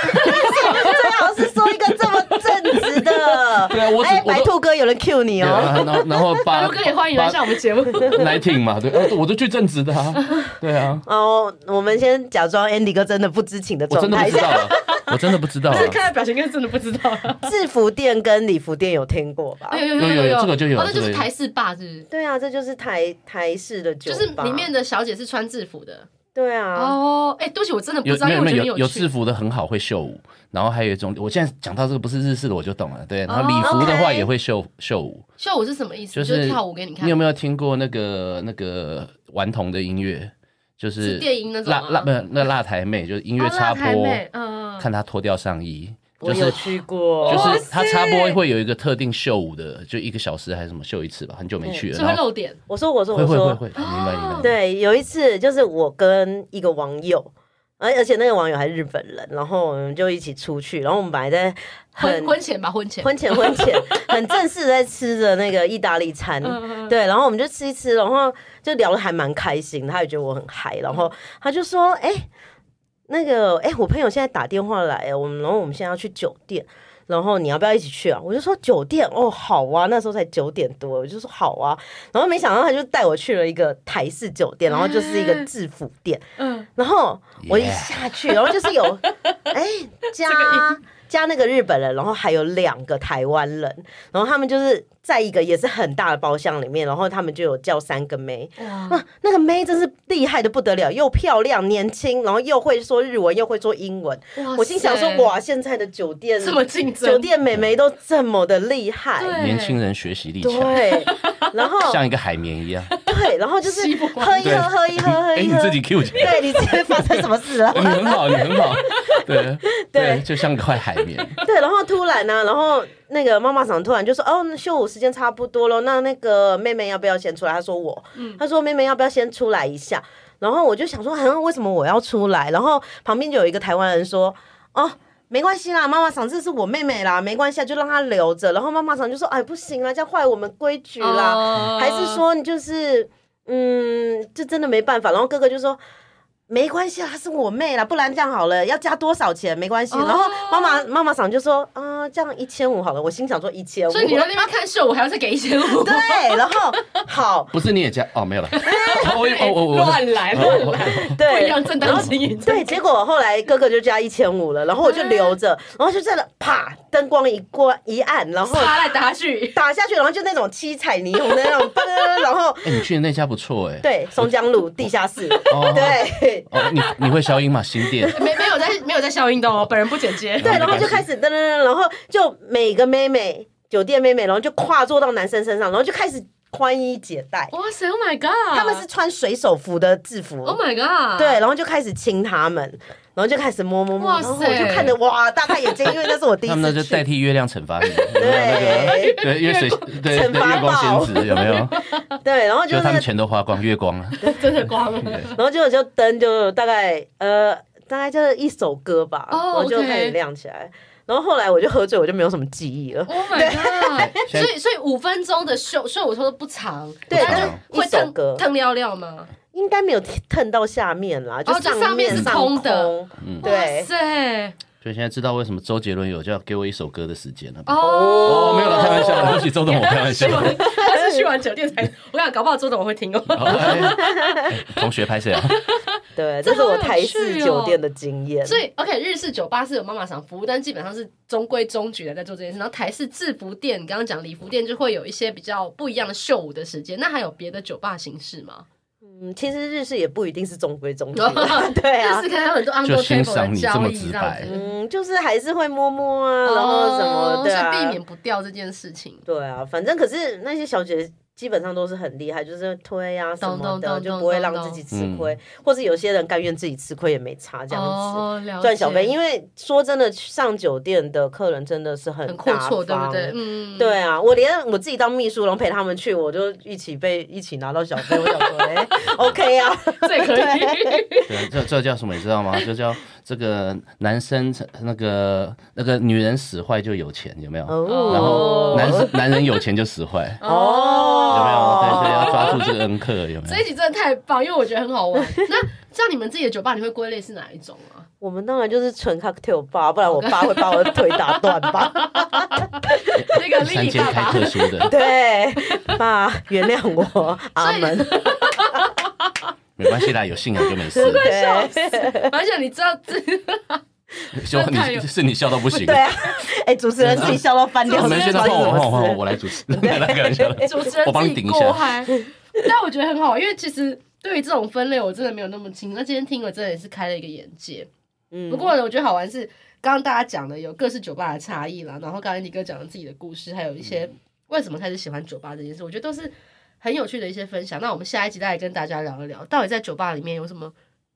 Speaker 2: 最好是说一个这么正直的。
Speaker 3: 对啊，我只
Speaker 2: 哎，
Speaker 3: 我
Speaker 2: 白
Speaker 3: 都
Speaker 2: 兔哥有人 cue 你
Speaker 3: 对
Speaker 2: 哦。
Speaker 3: 啊，然后 然后八
Speaker 1: 如哥也欢迎来上我们节目。
Speaker 3: nineteen 嘛，对，啊我都去正直的啊，对啊，
Speaker 2: 哦，我们先假装 Andy 哥真的不知情的
Speaker 3: 我
Speaker 2: 状
Speaker 3: 真的
Speaker 2: 态
Speaker 3: 不知
Speaker 2: 下
Speaker 3: 道，啊，我真的不 知道啊。
Speaker 1: 看他表情，应该真的不知道 了。
Speaker 2: 制服店跟礼服店有听过吧？
Speaker 1: 有有
Speaker 3: 有有
Speaker 1: 有
Speaker 3: 有这个就有
Speaker 1: 哦，那就
Speaker 3: 这
Speaker 1: 是
Speaker 3: 个有
Speaker 1: 台式霸，是不是？
Speaker 2: 对啊，这就是台台式的酒
Speaker 1: 就
Speaker 2: 吧，
Speaker 1: 是里面的小姐是穿制服的
Speaker 2: 对啊，
Speaker 1: 哦，哎，对不起，我真的不
Speaker 3: 有
Speaker 1: 知道，因为我
Speaker 3: 没
Speaker 1: 觉得
Speaker 3: 有
Speaker 1: 你
Speaker 3: 有有
Speaker 1: 趣
Speaker 3: 制。服的很好，会秀舞，然后还有一种，我现在讲到这个不是日式的我就懂了，对，然后礼服的话
Speaker 2: OK
Speaker 3: 也会秀秀舞，
Speaker 1: 秀舞是什么意思？
Speaker 3: 就
Speaker 1: 就是跳舞哦给你看
Speaker 3: 你有。没有听过那个那个顽童的音乐？就是
Speaker 1: 是电音那种
Speaker 3: 辣
Speaker 1: 吗
Speaker 3: 辣不是那辣台妹，就是音
Speaker 1: 哦
Speaker 3: 乐
Speaker 1: 辣
Speaker 3: 插
Speaker 1: 台
Speaker 3: 播，
Speaker 1: 妹嗯，嗯
Speaker 3: 看她脱掉上衣，
Speaker 2: 我
Speaker 3: 就是
Speaker 2: 有去过，
Speaker 3: 就是她插播会有一个特定秀舞的，就一个小时还是什么秀一次吧，很久没去了，
Speaker 1: 是会
Speaker 3: 然后
Speaker 1: 露点。
Speaker 2: 我说我说
Speaker 3: 会
Speaker 2: 我
Speaker 3: 会会
Speaker 2: 说，
Speaker 3: 会，明白明白。
Speaker 2: 对，有一次就是我跟一个网友。而而且那个网友还是日本人，然后我们就一起出去，然后我们本来在很
Speaker 1: 婚婚前吧，婚前。
Speaker 2: 婚前婚前很正式地在吃的那个意大利餐，
Speaker 1: 嗯嗯
Speaker 2: 对，然后我们就吃一吃，然后就聊得还蛮开心的，他也觉得我很嗨，然后他就说：“哎、那个哎、我朋友现在打电话来，哦我们然后我们现在要去酒店，然后你要不要一起去啊？”我就说：“酒店哦，好啊。”那时候才九点多，我就说：“好啊。”然后没想到他就带我去了一个台式酒店，然后就是一个制服店，
Speaker 1: 嗯，
Speaker 2: 然后我一
Speaker 3: Yeah
Speaker 2: 下去，然 后就是有哎、加加那个日本人，然后还有两个台湾人，然后他们就是在一个也是很大的包厢里面，然后他们就有叫三个妹，
Speaker 1: 哇，
Speaker 2: 哇，那个妹真是厉害的不得了，又漂亮、年轻，然后又会说日文，又会说英文。
Speaker 1: 哇
Speaker 2: 我心想说
Speaker 1: 塞，
Speaker 2: 哇，现在的酒店
Speaker 1: 哦这么竞争，
Speaker 2: 酒店美眉都这么的厉害，
Speaker 1: 对
Speaker 3: 年轻人学习力强，
Speaker 2: 对，然后
Speaker 3: 像一个海绵一样。
Speaker 2: 对，然后就是
Speaker 1: 吸不完
Speaker 2: 喝一喝，喝一喝，喝
Speaker 3: 哎，
Speaker 2: 一
Speaker 3: 你
Speaker 2: 喝
Speaker 3: 自。己 Q 起来。
Speaker 2: 对，你今天发生什么事了？
Speaker 3: 你很好，你很好，对
Speaker 2: 对
Speaker 3: 就像块海绵，
Speaker 2: 对，然后突然呢、然后那个妈妈桑突然就说：“哦，那秀舞时间差不多了，那那个妹妹要不要先出来？”她说我，她说妹妹要不要先出来一下？然后我就想说，嗯，为什么我要出来？然后旁边就有一个台湾人说：“哦。”没关系啦，妈妈桑这是我妹妹啦，没关系啊，就让她留着。然后妈妈桑就说：“哎，不行啦，这样坏我们规矩啦。
Speaker 1: 哦
Speaker 2: 还是说你就是嗯，这真的没办法。然后哥哥就说。没关系啊，她是我妹啦，不然这样好了，要加多少钱没关系。
Speaker 1: 哦
Speaker 2: 然后妈妈妈妈桑就说，啊、这样一千五好了。我心想说一千五，
Speaker 1: 所以你在那边看秀，我还要再给一千五，
Speaker 2: 对，然 后好
Speaker 3: 不是你也加哦，没有了，我我我我
Speaker 1: 乱来
Speaker 3: 哦
Speaker 1: 乱来，不一
Speaker 2: 对
Speaker 1: 样，正当经营。
Speaker 2: 对，结果后来哥哥就加一千五了，然后我就留着，
Speaker 1: 哎
Speaker 2: 然后就真的啪，灯光一关一暗，然后
Speaker 1: 打来打去，
Speaker 2: 打下去，然后就那种七彩霓虹的那种， 噔然后
Speaker 3: 哎，你去的那家不错哎，
Speaker 2: 对，松江路地下室，
Speaker 3: 哦
Speaker 2: 对。
Speaker 3: 哦，你你会消音吗？新店
Speaker 1: 没没有在没有在消音的哦，本人不剪接。
Speaker 2: 对，然后就开始噔噔噔，然后就每个妹妹酒店妹妹，然后就跨坐到男生身上，然后就开始宽衣解带。
Speaker 1: 哇塞，Oh my god！
Speaker 2: 他们是穿水手服的制服，
Speaker 1: Oh my god！
Speaker 2: 对，，然后就开始亲他们，然后就开始摸摸摸，
Speaker 1: 哇
Speaker 2: 然
Speaker 1: 塞
Speaker 2: 后我就看着哇大开眼界，因为那是我第一
Speaker 3: 他们那
Speaker 2: 次
Speaker 3: 就代
Speaker 2: 去。
Speaker 3: 替月亮惩罚你，
Speaker 2: 对
Speaker 3: 对，因为水对对
Speaker 2: 惩罚
Speaker 3: 月光仙子有没有？
Speaker 2: 对，然后就，
Speaker 3: 就是他们
Speaker 2: 然
Speaker 3: 全都花光月光了，
Speaker 1: 真的光了。
Speaker 2: 后就就灯就大概呃大概就是一首歌吧，
Speaker 1: 哦
Speaker 2: 然后就
Speaker 1: OK
Speaker 2: 开始亮起来。然后后来我就喝醉，我就没有什么记忆了。
Speaker 1: Oh my god！所
Speaker 3: 现在
Speaker 1: 以所以五分钟的秀，虽然我说的不长，
Speaker 2: 对
Speaker 1: 但
Speaker 3: 就是
Speaker 1: 会
Speaker 2: 一首
Speaker 1: 腾
Speaker 2: 歌
Speaker 1: 腾料料吗？
Speaker 2: 应该没有腾到下面啦，
Speaker 1: 哦就上面
Speaker 2: 面
Speaker 1: 是
Speaker 2: 上
Speaker 1: 空的
Speaker 3: 嗯
Speaker 1: 哇
Speaker 2: 对，
Speaker 1: 塞！
Speaker 3: 所以现在知道为什么周杰伦有叫给我一首歌的时间了吧。
Speaker 1: 哦
Speaker 3: 哦，没有了，开玩笑 的，对不起，周董，我开玩笑
Speaker 1: 去
Speaker 3: 的。
Speaker 1: 完他是去完酒店才，我想搞不好周董会听哦。
Speaker 3: 好哎哎同学拍谁 啊？
Speaker 2: 对，
Speaker 1: 这
Speaker 2: 这是
Speaker 1: 好
Speaker 2: 我
Speaker 1: 有
Speaker 2: 台
Speaker 1: 趣
Speaker 2: 式
Speaker 1: 哦
Speaker 2: 酒店的经验。
Speaker 1: 所以，OK，日式酒吧是有妈妈桑服务，但基本上是中规中矩的在做这件事。然后台式制服店，你刚刚讲礼服店就会有一些比较不一样的秀舞的时间。那还有别的酒吧形式 吗？
Speaker 2: 嗯，其实日式也不一定是中规中
Speaker 1: 哦
Speaker 2: 矩的， 对啊
Speaker 1: 日式可能有很多 under
Speaker 3: 就欣
Speaker 1: table
Speaker 3: 赏
Speaker 1: 的
Speaker 3: 你这
Speaker 1: 交
Speaker 3: 么
Speaker 1: 易
Speaker 3: 直
Speaker 1: 这样
Speaker 3: 白
Speaker 1: 子，
Speaker 2: 嗯，就是还是会摸摸啊，然后什么，
Speaker 1: 哦
Speaker 2: 对
Speaker 1: 所以避
Speaker 2: 啊，
Speaker 1: 免不掉这件事情。
Speaker 2: 对啊，反正可是那些小姐基本上都是很厉害，就是推啊什么
Speaker 1: 懂懂
Speaker 2: 的，
Speaker 1: 懂
Speaker 2: 就不会
Speaker 1: 懂
Speaker 2: 让
Speaker 1: 懂
Speaker 2: 自己吃亏，或者有些人甘愿自己吃亏也没差这样子。
Speaker 1: 哦，了解
Speaker 2: 赚小费，因为说真的，上酒店的客人真的是很
Speaker 1: 很阔
Speaker 2: 大
Speaker 1: 绰，对不
Speaker 2: 方，
Speaker 1: 对？嗯，
Speaker 2: 对啊，我连我自己当秘书，然后陪他们去，我就一起被一起拿到小费，我 想说，哎、o k 啊，
Speaker 1: 这可以。
Speaker 3: 对，啊这这叫什么？你知道吗？就叫这个男生那个那个女人使坏就有钱，有没有？然后
Speaker 1: 哦
Speaker 3: 男生男人有钱就使坏，
Speaker 2: 哦
Speaker 3: 有没有？对对，要抓住这个恩客，有 没
Speaker 1: 这一
Speaker 3: 有？
Speaker 1: 集真的太棒，因为我觉得很好玩。那像你们自己的酒吧，你会归类是哪一种啊？
Speaker 2: 我们当然就是纯 cocktail bar，不然
Speaker 1: 哦
Speaker 2: 我爸会把我的腿打断 吧？
Speaker 1: 那个
Speaker 3: 三
Speaker 1: 丽丽
Speaker 3: 间
Speaker 1: 爸
Speaker 3: 开
Speaker 1: 爸
Speaker 3: 特殊的，
Speaker 2: 对，爸，原谅我，阿门。
Speaker 3: 没关系啦，有信仰就没事了。
Speaker 2: 对
Speaker 1: 而且你知道，这
Speaker 3: 就
Speaker 1: 太有
Speaker 3: 你是你笑到不行
Speaker 2: 对，啊，哎，主持人自己笑到翻掉，是
Speaker 3: 我们
Speaker 2: 不
Speaker 3: 现
Speaker 2: 是发
Speaker 3: 在换
Speaker 2: 生
Speaker 3: 我换我换我，
Speaker 2: 什
Speaker 3: 哦我
Speaker 2: 么
Speaker 3: 来主持， 没有啦开玩笑的。
Speaker 1: 主持人
Speaker 3: 我帮
Speaker 1: 自
Speaker 3: 你
Speaker 1: 己
Speaker 3: 顶一
Speaker 1: 过
Speaker 3: 下
Speaker 1: 嗨。但我觉得很好，因为其实对于这种分类，我真的没有那么清楚。那今天听了，真的也是开了一个眼界。
Speaker 2: 事？
Speaker 1: 不过呢，我觉得好玩是刚刚大家讲的有各式酒吧的差异啦，然后刚刚你哥讲的自己的故事，还有一些
Speaker 3: 嗯
Speaker 1: 为什么开始喜欢酒吧这件事，我觉得都是很有趣的一些分享。那我们下一集再来跟大家聊一聊，到底在酒吧里面有什么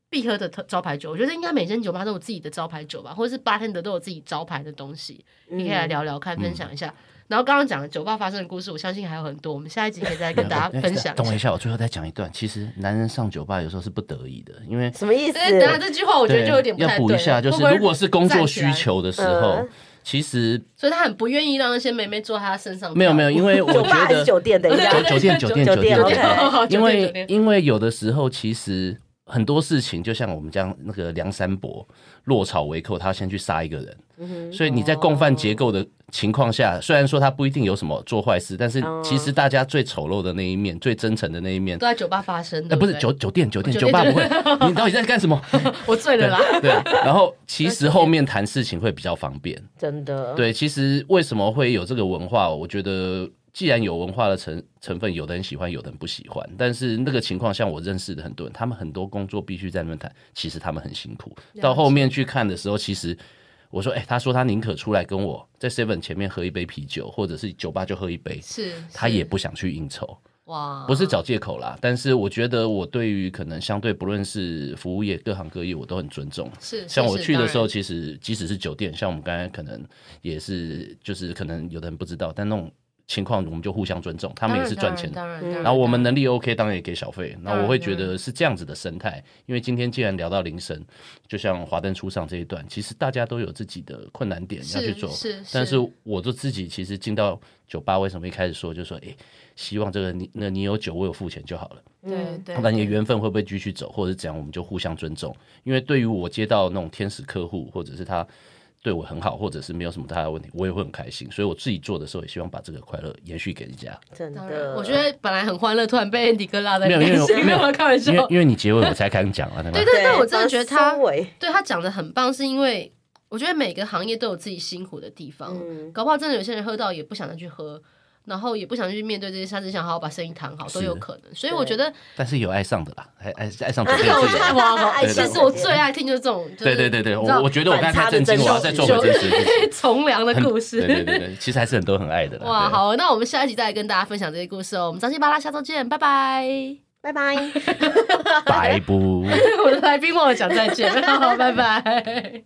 Speaker 1: 必喝的特招牌酒？我觉得应该每间酒吧都有自己的招牌酒吧，或者是 bartender 都有自己招牌的东西，你可以来聊聊看，分
Speaker 3: 嗯
Speaker 1: 享一下。然后刚刚讲的酒吧发生的故事，我相信还有很多，我们下一集可以再跟大家分享一
Speaker 3: 哎嗯等我
Speaker 1: 下
Speaker 3: 一。下，我最后再讲一段。其实男人上酒吧有时候是不得已的，因为
Speaker 2: 什么意思？
Speaker 1: 但 是等下这句话，我觉得
Speaker 3: 对
Speaker 1: 就有点不太
Speaker 3: 要
Speaker 1: 对
Speaker 3: 补一下，
Speaker 1: 了
Speaker 3: 就是
Speaker 1: 会不会
Speaker 3: 如果是工作
Speaker 1: 站起来
Speaker 3: 需求的时候
Speaker 2: 嗯，
Speaker 3: 其实
Speaker 1: 所以他很不愿意让那些妹妹坐他身上。
Speaker 3: 没有没有，因为我
Speaker 2: 酒吧
Speaker 3: 觉
Speaker 2: 还是
Speaker 3: 得
Speaker 2: 酒店的？一样
Speaker 1: 对对
Speaker 3: 酒店酒店
Speaker 2: 酒
Speaker 3: 酒店
Speaker 2: 店 OK
Speaker 3: 因
Speaker 1: 酒店
Speaker 3: 为因为有的时候其实很多事情，就像我们这样那个梁山伯落草为寇，他先去杀一个人，
Speaker 2: 嗯
Speaker 3: 所以你在共犯结构的情况
Speaker 2: 哦
Speaker 3: 下，虽然说他不一定有什么做坏事，但是其实大家最丑陋的那一面，最真诚的那一面
Speaker 1: 都。在酒吧发生的，
Speaker 3: 呃，不是
Speaker 1: 对
Speaker 3: 酒酒店酒店
Speaker 1: 酒
Speaker 3: 酒
Speaker 1: 店
Speaker 3: 吧
Speaker 1: 酒
Speaker 3: 不 会，你到底在干什么？
Speaker 1: 我醉了啦。
Speaker 3: 对，啊然后其实后面谈事情会比较方便。
Speaker 1: 嗯
Speaker 2: 真的，
Speaker 3: 对，其实为什么会有这个文化？我觉得既然有文化的成成分，有的人喜欢，有的人不喜欢。但是那个情况，像我认识的很多人，他们很多工作必须在那边谈，其实他们很辛苦。到后面去看的时候，其实。我说，哎、他说他宁可出来跟我在 Seven 前面喝一杯啤酒，或者是酒吧就喝一杯，
Speaker 1: 是
Speaker 3: 他
Speaker 1: 是
Speaker 3: 也不想去应酬。
Speaker 1: 哇，
Speaker 3: 不是找借口啦，但是我觉得我对于可能相对不论是服务业各行各业，我都很尊重。
Speaker 1: 是
Speaker 3: 像我去的时，候，
Speaker 1: 是
Speaker 3: 其实即使是酒店，像我们刚才可能也是，就是可能有的人不知道，但那种情况我们就互相尊重，他
Speaker 1: 当
Speaker 3: 们
Speaker 1: 然
Speaker 3: 也是赚钱的。
Speaker 1: 当然，
Speaker 2: 嗯
Speaker 1: 当
Speaker 3: 然后我们
Speaker 1: 当
Speaker 3: 能力 OK，当然也给小费。然
Speaker 1: 当
Speaker 3: 后
Speaker 1: 然
Speaker 3: 我会觉得是这样子的生态，因为今天既然聊到铃声，就像华灯初上这一段，其实大家都有自己的困难点要去
Speaker 1: 是
Speaker 3: 做。
Speaker 1: 是是
Speaker 3: 但是我就自己其实进到酒吧，为什么一开始说就说，诶，希望这个你那你有酒，我有付钱就好了。
Speaker 1: 对嗯对，
Speaker 3: 那你的
Speaker 1: 对
Speaker 3: 缘分会不会继续走，或者是怎样，我们就互相尊重。因为对于我接到那种天使客户，或者是他对我很好，或者是没有什么太大的问题，我也会很开心。所以我自己做的时候，也希望把这个快乐延续给人家。
Speaker 2: 真
Speaker 1: 当然，
Speaker 2: 的，
Speaker 1: 我觉得本来很欢乐，突然被 Andy 哥拉在
Speaker 3: 没有因为
Speaker 1: 干
Speaker 3: 我
Speaker 1: 什么
Speaker 3: 没有
Speaker 1: 没有开玩笑
Speaker 3: 因，为因为你结尾我才敢 讲啊，对吧？
Speaker 1: 对
Speaker 2: 对，
Speaker 1: 但我真的觉得他
Speaker 2: 收尾
Speaker 1: 对他讲的很棒，是因为我觉得每个行业都有自己辛苦的地方，
Speaker 2: 嗯
Speaker 1: 搞不好真的有些人喝到也不想再去喝。然后也不想去面对这些事，他只想好好把生意谈好，都有可能。所以我觉得，
Speaker 3: 但是有爱上的啦，爱爱 爱上
Speaker 1: 啊
Speaker 3: 酒
Speaker 1: 这
Speaker 3: 店
Speaker 1: 个我
Speaker 3: 自己
Speaker 1: 觉得
Speaker 3: 人。
Speaker 1: 哇，好
Speaker 2: 对
Speaker 1: 其实我最爱听就是这种，就是
Speaker 3: 对对对对，
Speaker 1: 你知道
Speaker 3: 我我觉得我刚才太震
Speaker 2: 反差的
Speaker 3: 惊，我要再
Speaker 2: 真
Speaker 3: 做
Speaker 2: 实
Speaker 3: 回真实的事情。
Speaker 1: 从良的故事。
Speaker 3: 对对对对，其实还是很多很爱的啦。
Speaker 1: 哇，
Speaker 3: 对
Speaker 1: 好， 那我们下一集再来跟大家分享这些故事哦。我们张西巴拉，下周见，拜拜。
Speaker 2: 拜拜。
Speaker 3: 白不。
Speaker 1: 我的来宾忘了讲再见，好，拜拜。